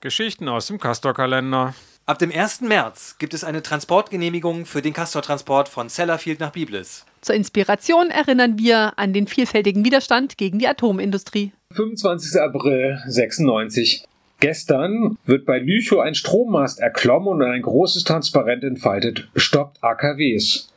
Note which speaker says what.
Speaker 1: Geschichten aus dem Castor-Kalender.
Speaker 2: Ab dem 1. März gibt es eine Transportgenehmigung für den Castortransport von Sellafield nach Biblis.
Speaker 3: Zur Inspiration erinnern wir an den vielfältigen Widerstand gegen die Atomindustrie.
Speaker 4: 25. April 96. Gestern wird bei Lüchow ein Strommast erklommen und ein großes Transparent entfaltet. Stoppt AKWs.